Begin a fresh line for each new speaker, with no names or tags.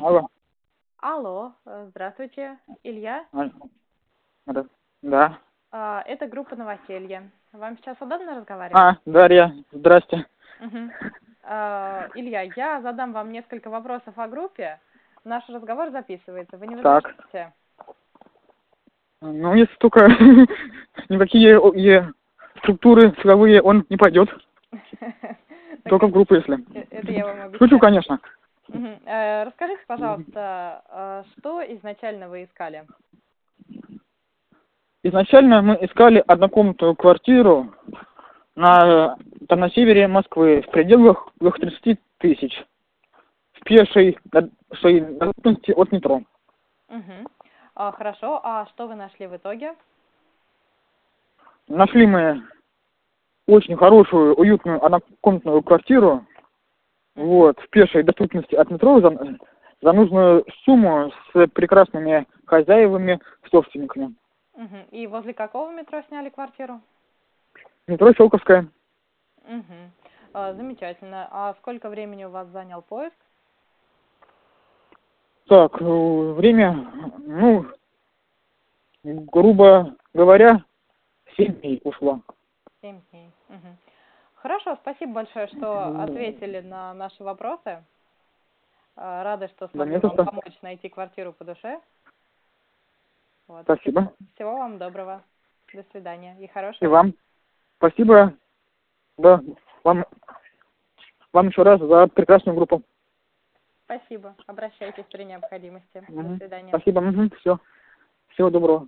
Алло.
Алло, э, здравствуйте, Илья.
алло. Да. Да.
А, Это группа «Новоселье». Вам сейчас удобно разговаривать?
А, Дарья, здрасте.
Мгм. А, Илья, я задам вам несколько вопросов о группе. Наш разговор записывается. Вы не
Так.
возражаете?
Ну, если только никакие о- е- структуры силовые он не пойдет,
Так,
только в группу, если.
э, Это я вам
Шучу,
объясню.
конечно.
Мгм. Э, Расскажите, пожалуйста, э, что изначально вы искали?
Изначально мы искали однокомнатную квартиру на, там на севере Москвы в пределах двух 30 тысяч в пешей до- шей доступности от метро.
Мгм. А, Хорошо, а что вы нашли в итоге?
Нашли мы очень хорошую, уютную однокомнатную квартиру вот, в пешей доступности от метро за, за нужную сумму с прекрасными хозяевами, собственниками.
Мгм. И возле какого метро сняли квартиру?
Метро Щелковская.
Мгм. А, Замечательно. А сколько времени у вас занял поиск?
Так, э, время, ну, грубо говоря, 7 дней ушло.
Семь дней. Мгм. Хорошо, спасибо большое, что
Ну.
ответили на наши вопросы. А, Рада, что
Да
смогли
не за
вам
что.
помочь найти квартиру по душе. Вот.
Спасибо.
Всего вам доброго. До свидания и
И
хорошего.
вам. Спасибо. Да, вам, вам еще раз за прекрасную группу.
Спасибо. Обращайтесь при необходимости.
Мгм.
До свидания.
Спасибо. Все. Всего доброго.